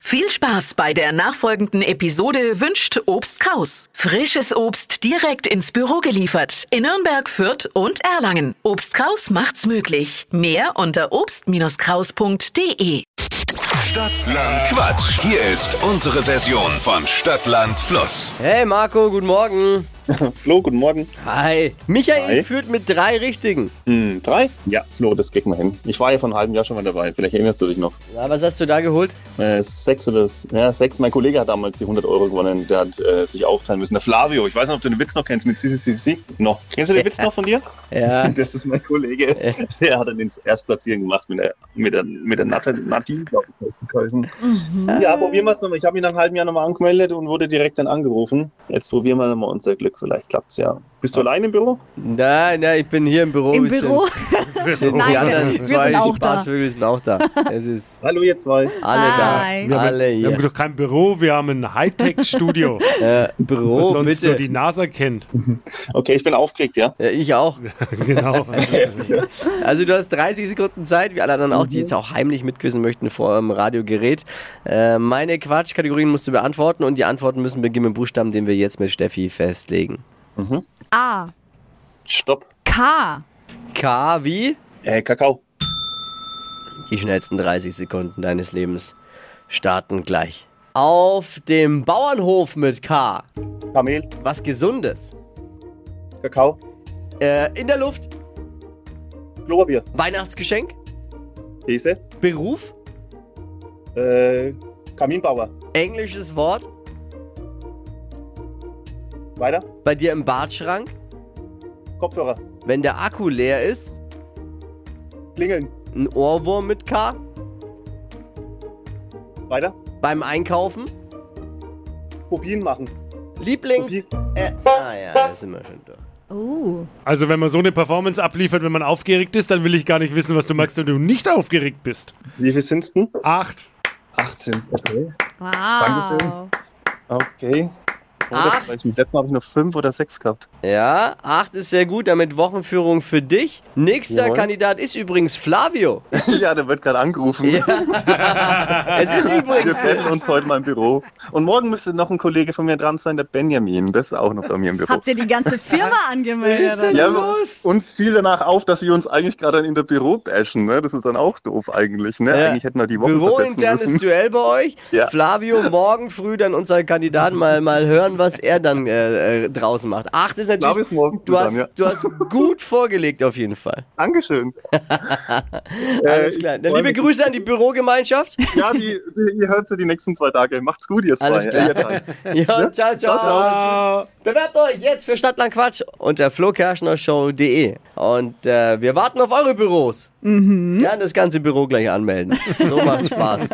Viel Spaß bei der nachfolgenden Episode wünscht Obst Kraus. Frisches Obst direkt ins Büro geliefert in Nürnberg, Fürth und Erlangen. Obst Kraus macht's möglich. Mehr unter obst-kraus.de. Stadtland Quatsch. Hier ist unsere Version von Stadtland Fluss. Hey Marco, guten Morgen. Flo, guten Morgen. Hi. Michael Hi. führt mit drei Richtigen. Hm, drei? Ja, Flo, das kriegen wir hin. Ich war ja vor einem halben Jahr schon mal dabei. Vielleicht erinnerst du dich noch. Na, was hast du da geholt? Äh, sechs oder s- ja, sechs. Mein Kollege hat damals die 100 Euro gewonnen. Der hat äh, sich aufteilen müssen. Der Flavio, ich weiß nicht, ob du den Witz noch kennst mit CCCC. Noch. Kennst du den Witz noch von dir? Ja. Das ist mein Kollege. Der hat dann den Erstplatzieren gemacht mit der, mit der, mit der Natte, Nadine, glaube ich. heißen. Ja, probieren wir es nochmal. Ich habe ihn nach einem halben Jahr nochmal angemeldet und wurde direkt dann angerufen. Jetzt probieren wir nochmal unser Glück. Vielleicht klappt's ja. Bist du allein im Büro? Nein, nein, ich bin hier im Büro. Im Ich bin- Büro? ich bin- die Nein, anderen wir zwei sind auch da. Spaßvögel sind auch da. Es ist Hallo, ihr zwei. alle Hi. da. Wir haben, Alle wir haben hier. doch kein Büro, wir haben ein Hightech-Studio, Äh, das Büro, sonst nur bitte. die NASA kennt. Okay, ich bin aufgeregt, ja? Ja, ich auch. genau. Also du hast 30 Sekunden Zeit, wie alle anderen auch, Mhm. die jetzt auch heimlich mitquissen möchten vor dem Radiogerät. Äh, meine Quatschkategorien musst du beantworten und die Antworten müssen beginnen mit dem Buchstaben, den wir jetzt mit Steffi festlegen. A. Stopp. Ah, K. K wie? Äh, Kakao. Die schnellsten 30 Sekunden deines Lebens starten gleich. Auf dem Bauernhof mit K. Kamel. Was Gesundes. Kakao. Äh, in der Luft. Klopapier. Weihnachtsgeschenk. Käse. Beruf. Äh, Kaminbauer. Englisches Wort. Weiter. Bei dir im Badschrank. Kopfhörer. Wenn der Akku leer ist. Klingeln. Ein Ohrwurm mit K. Weiter. Beim Einkaufen. Kopien machen. Lieblings. Kopie. Äh, ah ja, da sind wir schon durch. Oh. Also wenn man so eine Performance abliefert, wenn man aufgeregt ist, dann will ich gar nicht wissen, was du magst, wenn du nicht aufgeregt bist. Wie viel sind's denn? Acht. 18. Okay. Wow. Dankeschön. Okay. Acht. Oder, letzten Mal habe ich noch fünf oder sechs gehabt. Ja, 8 ist sehr gut, damit Wochenführung für dich. Nächster Jawohl. Kandidat ist übrigens Flavio. ja, der wird gerade angerufen. Es ist Wir übrigens treffen uns heute mal im Büro. Und morgen müsste noch ein Kollege von mir dran sein, der Benjamin. Das ist auch noch bei mir im Büro. Habt ihr die ganze Firma angemeldet? Ja, uns fiel danach auf, dass wir uns eigentlich gerade in der Büro bashen. Ne? Das ist dann auch doof eigentlich. Ne? Ja. Eigentlich hätten wir die Woche versetzen Bürointernes müssen. Duell bei euch. Ja. Flavio, morgen früh dann unseren Kandidaten mal, mal hören, was er dann äh, äh, draußen macht. Acht ist Flavio natürlich. ist morgen Du dran, hast, ja. du hast gut vorgelegt auf jeden Fall. Dankeschön. Äh, Alles klar. Dann liebe Grüße an die Bürogemeinschaft. Ja, die, die, ihr hört sie die nächsten zwei Tage. Macht's gut, ihr zwei. Alles Ihr klar. drei. Ja, ciao, ciao. Ciao. Bewerbt euch jetzt für Stadtland Quatsch unter flokerschnershow.de. Und äh, wir warten auf eure Büros. Mhm. Ja, das ganze Büro gleich anmelden. So macht Spaß.